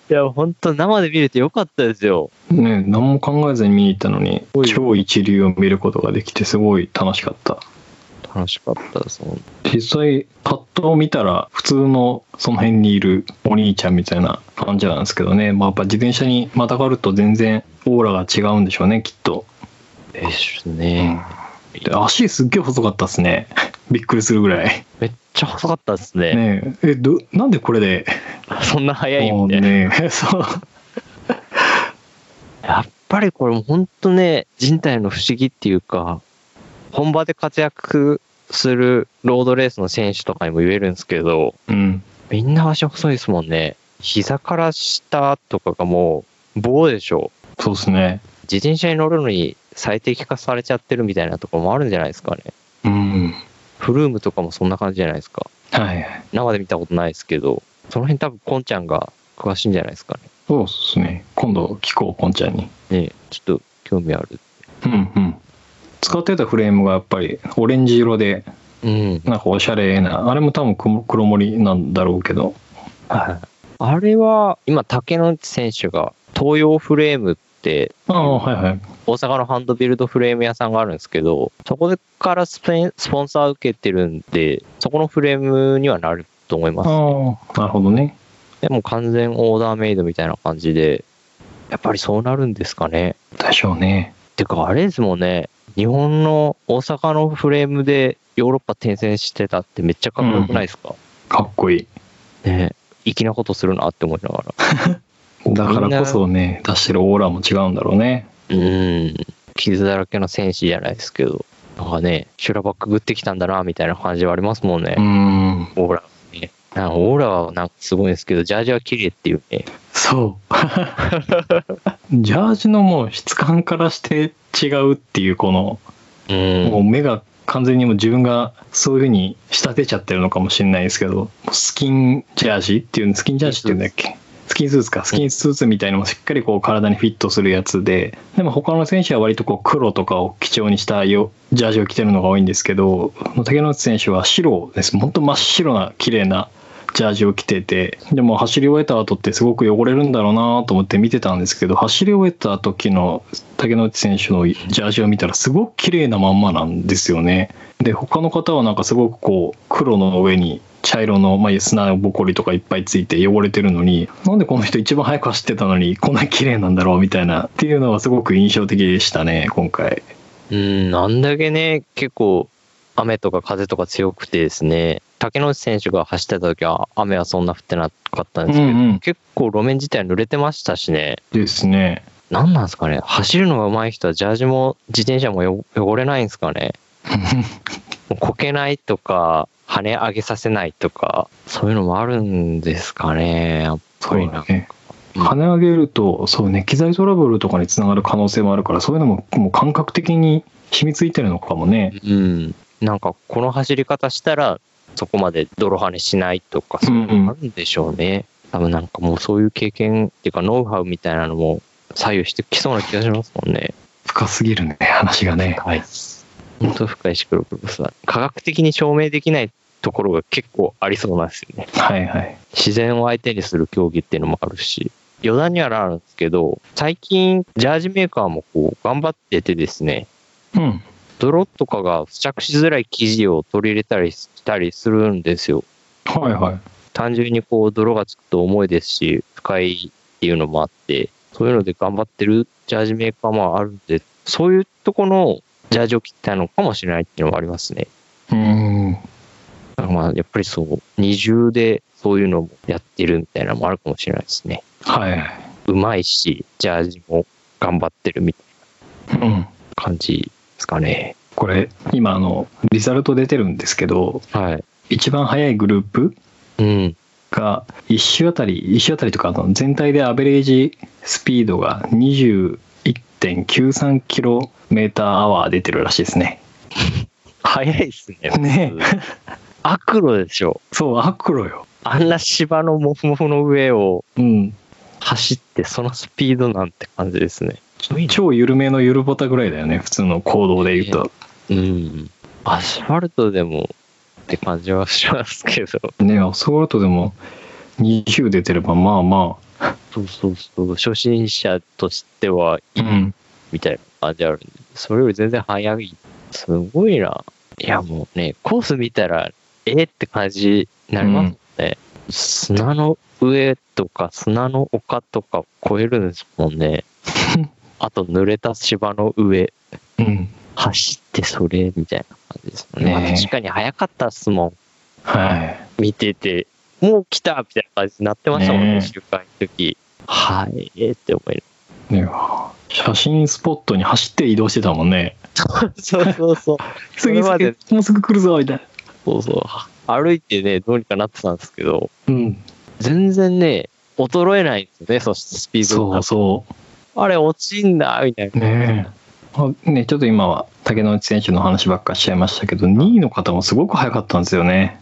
B: いや、ほんと生で見れてよかったですよ。
A: ね何も考えずに見に行ったのに
B: ごい
A: 超一流を見ることができてすごい楽しかった。
B: 楽しかったです。ほんと
A: 実際パッと見たら普通のその辺にいるお兄ちゃんみたいな感じなんですけどね、まあ、やっぱ自転車にまたがると全然オーラが違うんでしょうねきっと。
B: ですね。
A: で足すっげえ細かったですね びっくりするぐらい。
B: めっちゃ細かったですね。
A: ねええどなんでこれで
B: そんな早い
A: も
B: ん
A: う
B: で。
A: ね そう
B: やっぱりこれほんとね、人体の不思議っていうか、本場で活躍するロードレースの選手とかにも言えるんですけど、
A: うん
B: みんな足細いですもんね。膝から下とかがもう棒でしょ。
A: そうですね。
B: 自転車に乗るのに最適化されちゃってるみたいなところもあるんじゃないですかね。
A: うん
B: フルームとかもそんな感じじゃないですか。
A: はい。
B: 生で見たことないですけど、その辺多分コンちゃんが詳しいんじゃないですか
A: そうですね。今度聞こう、ポンちゃんに。
B: ね。ねちょっと興味ある。
A: うんうん。使ってたフレームがやっぱりオレンジ色で、
B: うん。
A: なんかおしゃれな、あれも多分黒黒森なんだろうけど。
B: あれは、今、竹野内選手が、東洋フレームって、
A: ああ、はいはい。
B: 大阪のハンドビルドフレーム屋さんがあるんですけど、そこからスペンスポンサー受けてるんで、そこのフレームにはなると思います。
A: ああ、なるほどね。
B: でも完全オーダーメイドみたいな感じで、やっぱりそうなるんですかね。
A: でしょうね。
B: てか、あれですもんね、日本の大阪のフレームでヨーロッパ転戦してたってめっちゃかっこよくないですか、
A: かっこいい。
B: ね粋なことするなって思いながら。
A: だからこそね、出してるオーラも違うんだろうね。
B: うん。傷だらけの戦士じゃないですけど、なんかね、修羅場くぐってきたんだな、みたいな感じはありますもんね
A: う。ん。
B: オーラ。ね、なんかオーラはなんかすごいんですけど、ジャージは綺麗っていうね。
A: そう。 ジャージのもう質感からして違うっていう、この、も
B: う。
A: うん目が完全にもう自分がそういうふうに仕立てちゃってるのかもしれないですけどもうスキンジャージっていうスキンジャージっていうんだっけスキンスーツかスキンスーツみたいのもしっかりこう体にフィットするやつででも他の選手は割とこう黒とかを基調にしたよジャージを着てるのが多いんですけど竹野内選手は白です本当真っ白な綺麗なジャージを着ててでも走り終えた後ってすごく汚れるんだろうなと思って見てたんですけど走り終えた時の竹野内選手のジャージを見たらすごく綺麗なまんまなんですよね。で他の方はなんかすごくこう黒の上に茶色の、まあ、砂ぼこりとかいっぱいついて汚れてるのになんでこの人一番早く走ってたのにこんな綺麗なんだろうみたいなっていうのはすごく印象的でしたね今回。
B: うん、なんだけね、結構、雨とか風とか強くてですね、竹野内選手が走ってた時は雨はそんな降ってなかったんですけど、
A: うんうん
B: 結構路面自体濡れてましたしね、
A: ですね。
B: なんなんですかね、走るのが上手い人はジャージも自転車もよ汚れないんですか ね。もうこけないとか、跳ね上げさせないとか、そういうのもあるんですかね、やっぱりなんか。
A: ね。跳ね上げると、そうね、機材トラブルとかにつながる可能性もあるから、そういうのももう感覚的に染みついてるのかもね。
B: うん。なんか、この走り方したら、そこまで泥跳ねしないとか、そううん
A: う
B: い
A: ん
B: うのあるんでしょうね。多分なんかもうそういう経験っていうか、ノウハウみたいなのも左右してきそうな気がしますもんね。
A: 深すぎるね、話がね。
B: はい。本当深いシクロクロスは、科学的に証明できないところが結構ありそうなんですよね。
A: はいはい。
B: 自然を相手にする競技っていうのもあるし、余談にはなるんですけど、最近、ジャージメーカーもこう、頑張っててですね、
A: うん。
B: 泥とかが付着しづらい生地を取り入れたりしたりするんですよ。
A: はいはい。
B: 単純にこう、泥がつくと重いですし、不快っていうのもあって、そういうので頑張ってるジャージメーカーもあるんで、そういうとこのジャージを切ったのかもしれないっていうのもありますね。
A: うーん。
B: まあ、やっぱりそう、二重でそういうのもやってるみたいなのもあるかもしれないですね。
A: はいは
B: うまいし、ジャージも頑張ってるみたい
A: い。うん。
B: な感じですかね。
A: これ、今、あの、リザルト出てるんですけど、
B: はい。
A: 一番早いグループ
B: うん。
A: が1周あたり1周あたりとかあの全体でアベレージスピードが21.93キロメーターアワー出てるらしいですね
B: 早いですね。
A: ね
B: 普通アクロでしょ。
A: そうアクロよ
B: あんな芝のモフモフの上を
A: うん
B: 走って、そのスピードなんて感じですね。
A: 超緩めのゆるぼたぐらいだよね普通の行動で言うと、
B: うん。アスファルトでもって感じはしますけど。
A: ねアスファルトでも20出てればまあま
B: そうそうそう。初心者としては
A: あうん
B: みたいな感じあるんで、それより全然早い。すごいな。いやもうね、コース見たら、えーって感じになりますね。砂の上とか砂の丘とか越えるんですもんね。あと濡れた芝の上、
A: うん
B: 走ってそれみたいな感じですもんね。まあ
A: ねえ
B: 確かに早かったっすもん。
A: はい
B: 見てて、もう来たみたいな感じになってましたもんね、
A: ねえ
B: 周回の時。はい、えーって思い
A: ね写真スポットに走って移動してたもんね
B: ながら そうそうそう。そ
A: 次
B: れまで
A: 次もうすぐ来るぞみたいな
B: そうそう。歩いてね、どうにかなってたんですけど、
A: うん
B: 全然ね、衰えないんですよね、そしてスピード
A: そ
B: が
A: う。そう
B: あれ、落ちんだ、みたいな。
A: ねあねちょっと今は竹野内選手の話ばっかしちゃいましたけど2位の方もすごく早かったんですよね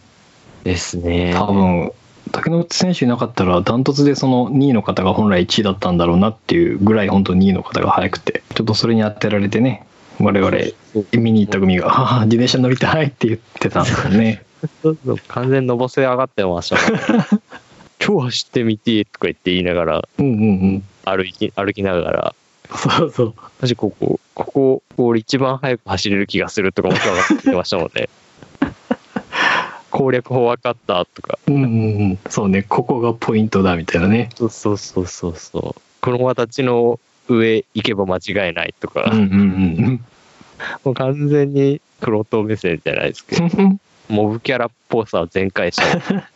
B: ですね。
A: 多分竹野内選手いなかったらダントツでその2位の方が本来1位だったんだろうなっていうぐらい本当2位の方が早くてちょっとそれに当てられてね我々
B: そう
A: 見に行った組が「ああ自転車乗りたい」って言ってたんですよ ね
B: そうそう完全にのぼせ上がってましたもん。 超走ってみて、とか言って言いながら、
A: うんうんうん
B: 歩き、歩きながら、
A: そうそう
B: 私、ここ、ここ、こう一番速く走れる気がするとか思って言ってましたもん ね。攻略法分かったとか。
A: うんうんうんそうねここがポイントだみたいなね
B: そうそうそうそうそう。この形の上行けば間違いないとか。
A: うんうん
B: もう完全に黒人目線じゃないですけ
A: う
B: ど、
A: ん
B: モブキャラっぽさを全開 した。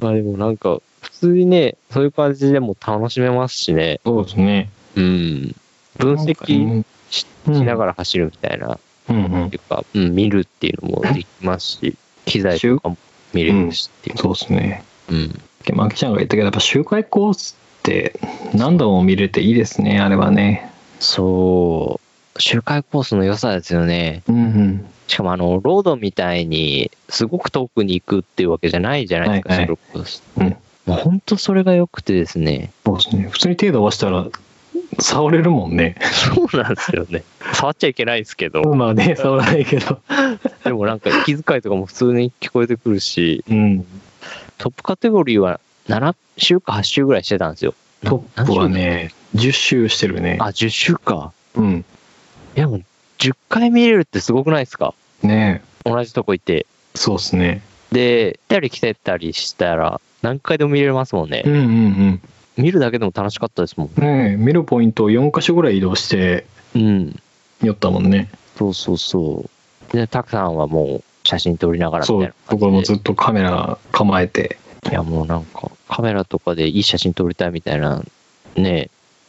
B: まあでもなんか、普通にね、そういう感じでも楽しめますしね。
A: そうですね
B: うん。分析し,、
A: うん
B: ながら走るみたいな、っ
A: うんうん
B: ていうか、うん、見るっていうのもできます し、機材とかも見れるしっていう。
A: そうですね
B: うん。
A: マキちゃんが言ったけどやっぱ周回コースって何度も見れていいですねあれはね
B: そう。周回コースの良さですよね。
A: うんうん
B: しかもあの、ロードみたいに、すごく遠くに行くっていうわけじゃないじゃないですか、
A: はいはい
B: シクロクロス
A: うん
B: もう本当それが良くてですね。
A: そうですね普通に手伸ばしたら触れるもんね
B: そうなんですよね。触っちゃいけないんですけど、
A: まあね触らないけど
B: でもなんか気遣いとかも普通に聞こえてくるし、
A: うん
B: トップカテゴリーは7週か8週ぐらいしてたんですよ。
A: トップはね10周してるね
B: あ、10週か。
A: うん
B: いやもう10回見れるってすごくないですか
A: ね
B: 同じとこ行って。
A: えそうですね
B: で、行ったり来てたりしたら、何回でも見れますもんね
A: うん。うん
B: 見るだけでも楽しかったですもん。
A: うんねえ見るポイントを4箇所ぐらい移動して
B: うん。
A: 寄ったもんね
B: そうそうそう。で、たくさんはもう写真撮りながらみたい
A: そ
B: な
A: う僕はも
B: 感
A: う
B: じ
A: ずっとカメラ構えて
B: で。いや、もうなんか、カメラとかでいい写真撮りたいみたいな、ね、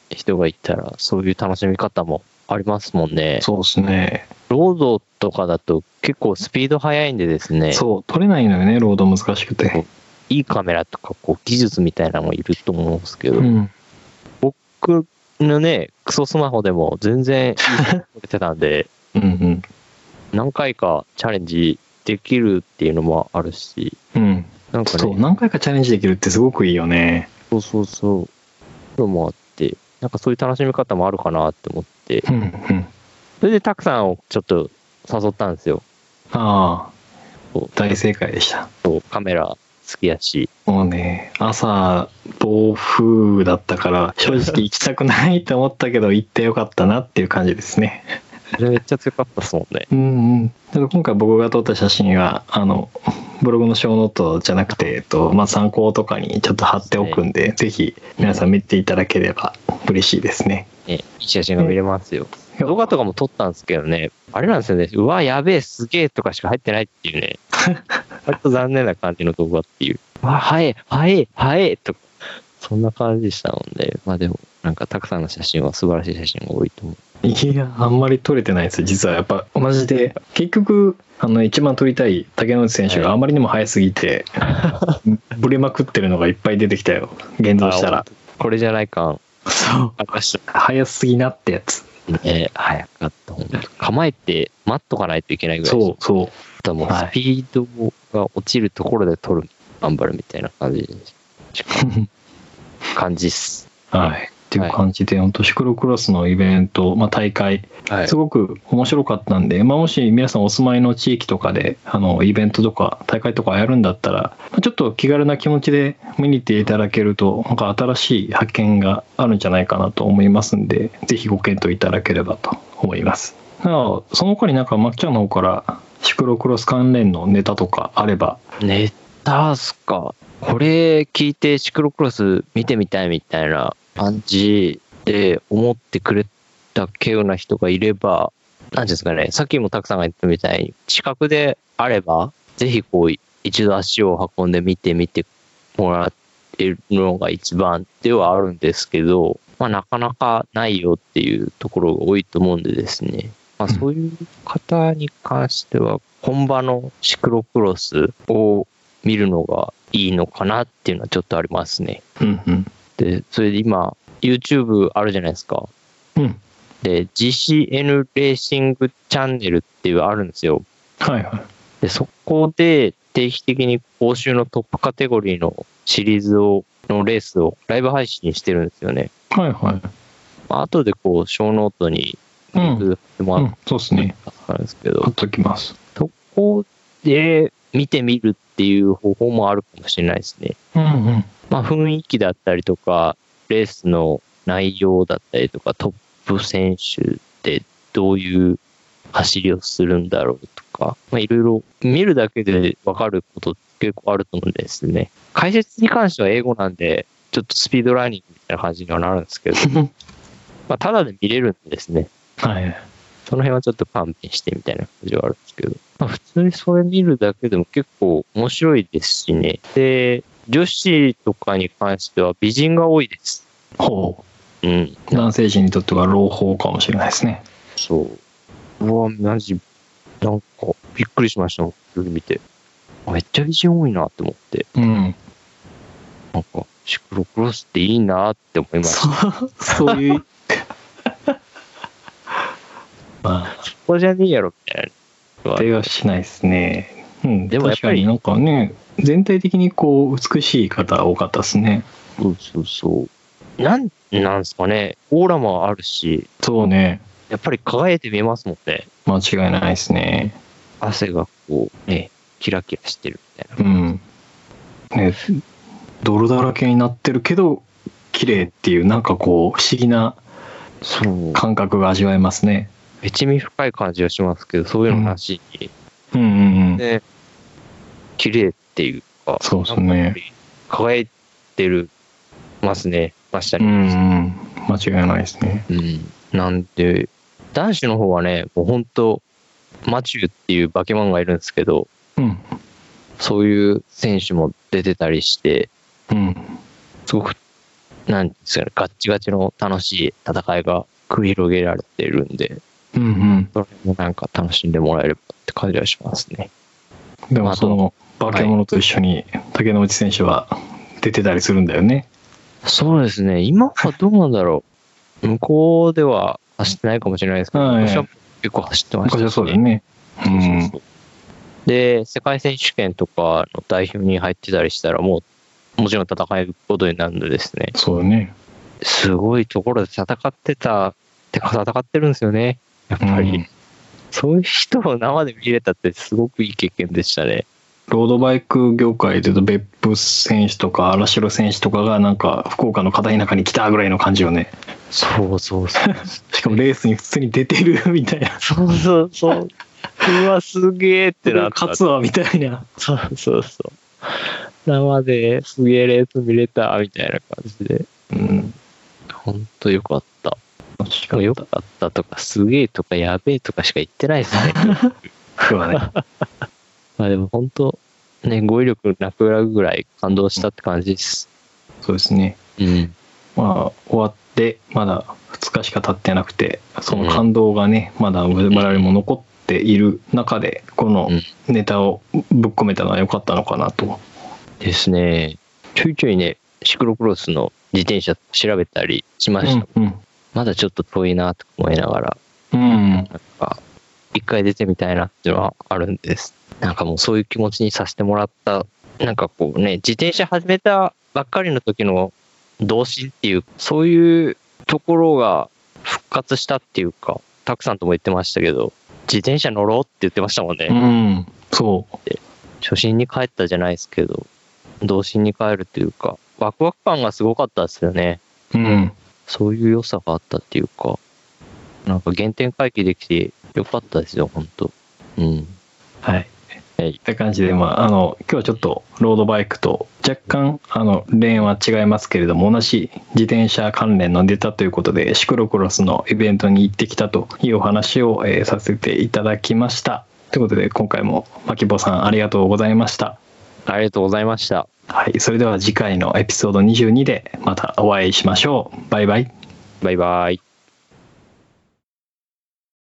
B: 人がいたら、そういう楽しみ方もありますもんね。
A: そうですね
B: ロードとかだと結構スピード速いんでですね、
A: そう取れないのよねロード難しくて
B: いいカメラとか、こう、技術みたいなのもいると思うんですけど、
A: うん。
B: 僕のね、クソスマホでも全然いい写真撮れてた んで、
A: うんうん。
B: 何回かチャレンジできるっていうのもあるし、
A: うん。
B: なんかね、
A: そう、何回かチャレンジできるってすごくいいよね。
B: そうそうそう。そういうのもあって、なんかそういう楽しみ方もあるかなって思って、
A: うんうん。
B: それでたくさんをちょっと誘ったんですよ。
A: ああ
B: そう、
A: 大正解でした。
B: そうカメラ好きやし。
A: もうね、朝、暴風だったから、正直行きたくないと思ったけど、行ってよかったなっていう感じですね。
B: めっちゃ強かったっすもんね。
A: うんうん。ただ今回僕が撮った写真は、あの、ブログの小ノートじゃなくて、えっと、まあ、参考とかにちょっと貼っておくんで、ぜひ皆さん見ていただければ嬉しいですね。
B: ね、いい写真が見れますよ。
A: うん
B: 動画とかも撮ったんですけどね、あれなんですよね、うわ、やべえ、すげえとかしか入ってないっていうね、割と残念な感じの動画っていう。うわ、早え、早え、早えとか、そんな感じでしたもんで、まあでも、なんかたくさんの写真は素晴らしい写真が多いと思う。
A: いや、あんまり撮れてないです。実はやっぱ同じで、結局、あの、一番撮りたい竹野内選手が
B: はい
A: あまりにも早すぎ て、ブレまくってるのがいっぱい出てきたよ。現像したら。
B: これじゃない感
A: そう。
B: ありまし
A: 早すぎなってやつ。
B: たね。早かった、本当に構えて待っとかないといけないぐらいで
A: そう、そう。
B: したもう
A: はい
B: スピードが落ちるところで撮る、頑張るみたいな感じでした感じっす。
A: はい。っていう感じで、本当シクロクロスのイベント、まあ、大会、
B: は
A: すごく面白かったんで、まあ、もし皆さんお住まいの地域とかで、あの、イベントとか、大会とかやるんだったら、まあちょっと気軽な気持ちで見に行っていただけると、なんか新しい発見があるんじゃないかなと思いますんで、ぜひご検討いただければと思います。なお、その他になんか、まっちゃんの方から、シクロクロス関連のネタとかあれば、
B: ネタっすか。これ聞いてシクロクロス見てみたいみたいな感じで思ってくれたけような人がいれば、なんていうんですかね、さっきもたくさんが言ったみたいに、近くであれば、ぜひこう、一度足を運んで見てみてもらってるのが一番ではあるんですけど、まあなかなかないよっていうところが多いと思うんでですね。まあ、
A: うん
B: そういう方に関しては、本場のシクロクロスを見るのがいいのかなっていうのはちょっとありますね。
A: うんうん。
B: で、それで今、YouTube あるじゃないですか。
A: うん。
B: で、GCN レーシングチャンネルっていうのあるんですよ。
A: はいはい。
B: で、そこで定期的に欧州のトップカテゴリーのシリーズを、のレースをライブ配信してるんですよね。
A: はいはい。
B: まあ、後でこう、小ノートにリンクでも
A: う
B: らっ
A: ん、そうですね。
B: たんですけど、
A: 貼っときます。
B: そこで見てみるっていう方法もあるかもしれないですね。
A: うんうん。
B: まあ、雰囲気だったりとか、レースの内容だったりとか、トップ選手ってどういう走りをするんだろうとか、まあ、いろいろ見るだけで分かることって結構あると思うんですね。解説に関しては英語なんで、ちょっとスピードラーニングみたいな感じにはなるんですけど、まあ、ただで見れるんですね。
A: はい。
B: その辺はちょっと勘弁してみたいな感じはあるんですけど、まあ、普通にそれ見るだけでも結構面白いですしね。で、女子とかに関しては美人が多いです。
A: ほ
B: うん。
A: う。男性陣にとっては朗報かもしれないですね。
B: そう。うわ、マジ、なんかびっくりしましたもん。それ見て。めっちゃ美人多いなって思って、
A: うん。
B: なんかシクロクロスっていいなって思いました。
A: そう、そういう。 まあ、
B: そこじゃねえやろみたいな。
A: 手はしないですね。うん。
B: で
A: で
B: も
A: も
B: やっ
A: 確
B: ぱ
A: か
B: り
A: になんかね、全体的にこう、美しい方多かったですね。
B: そうそうそう。なん、なんすかね。オーラもあるし、
A: そうね。
B: やっぱり輝いて見えますもんね。
A: 間違いないですね。
B: 汗がこう、ね、キラキラしてるみたいな。
A: うん。ね、泥だらけになってるけど、綺麗っていう、なんかこう、不思議な
B: そう
A: 感覚が味わえますね。
B: めちみ深い感じがしますけど、そういうのなしに、
A: うんうんうん。
B: ね、綺麗っていうか、
A: そうです
B: なんかやっ
A: ね
B: ぱ。り輝いてる、ますね、ました
A: うんう
B: ね。
A: ん。間違いないですね。
B: うん、なんで、男子の方はね、もう本当マチューっていう化け物がいるんですけど、
A: うん。
B: そういう選手も出てたりして、
A: うん。
B: すごく、なんですかね、ガッチガチの楽しい戦いが繰り広げられてるんで、
A: うんうん。
B: それもなんか楽しんでもらえればって感じはしますね。
A: でもその化け物と一緒に竹野内選手は出てたりするんだよね。
B: そうですね、今はどうなんだろう。 向こうでは走ってないかもしれないですけど、
A: はい
B: 昔は結構走ってました
A: 昔はそうだよね。う
B: そうそうんそうで、世界選手権とかの代表に入ってたりしたら、もう、もちろん戦えることになるのでですね、
A: そうだね。
B: すごいところで戦ってた、ってか戦ってるんですよね、やっ
A: うん
B: ぱり。そういう人を生で見れたって、すごくいい経験でしたね。
A: ロードバイク業界でいうと別府選手とか荒城選手とかがなんか福岡の片田舎に来たぐらいの感じよね
B: そうそうそう。
A: しかもレースに普通に出てるみたいな
B: そうそうそう。うわ、すげえってなった。
A: 勝つわみたいな
B: そうそうそう。生ですげえレース見れた、みたいな感じで。
A: うん
B: ほんとよかった。
A: 楽し
B: しかもよかったとか、すげえとか、やべえとかしか言ってないですね。
A: そうだね
B: まあでもほんと、ね、語彙力なくなるぐらい感動したって感じです。
A: そうですね
B: うん。
A: まあ終わってまだ2日しか経ってなくてその感動がね、まだ我々も残っている中でこのネタをぶっ込めたのは良かったのかなと
B: ですね。ちょいちょいね、シクロクロスの自転車調べたりしました。
A: うん
B: まだちょっと遠いなとか思いながら、
A: うん、うん
B: なんか、一回出てみたいなっていうのはあるんです。なんかもうそういう気持ちにさせてもらった、なんかこうね、自転車始めたばっかりの時の童心っていう、そういうところが復活したっていうか、たくさんとも言ってましたけど、自転車乗ろうって言ってましたもんね。
A: うん、そう
B: 初心に帰ったじゃないですけど、童心に帰るっていうか、ワクワク感がすごかったですよね。
A: うん
B: そういう良さがあったっていうか、なんか原点回帰できてよかったですよ、本当うん。
A: はい。
B: はい
A: って感じで、まあ、あの、今日はちょっとロードバイクと若干、あの、レーンは違いますけれども、同じ自転車関連のデータということで、シクロクロスのイベントに行ってきたというお話を、えーさせていただきました。ということで、今回も、マキボさんありがとうございました。
B: ありがとうございました。
A: はい。それでは次回のエピソード22でまたお会いしましょう。バイバイ。
B: バイバイ。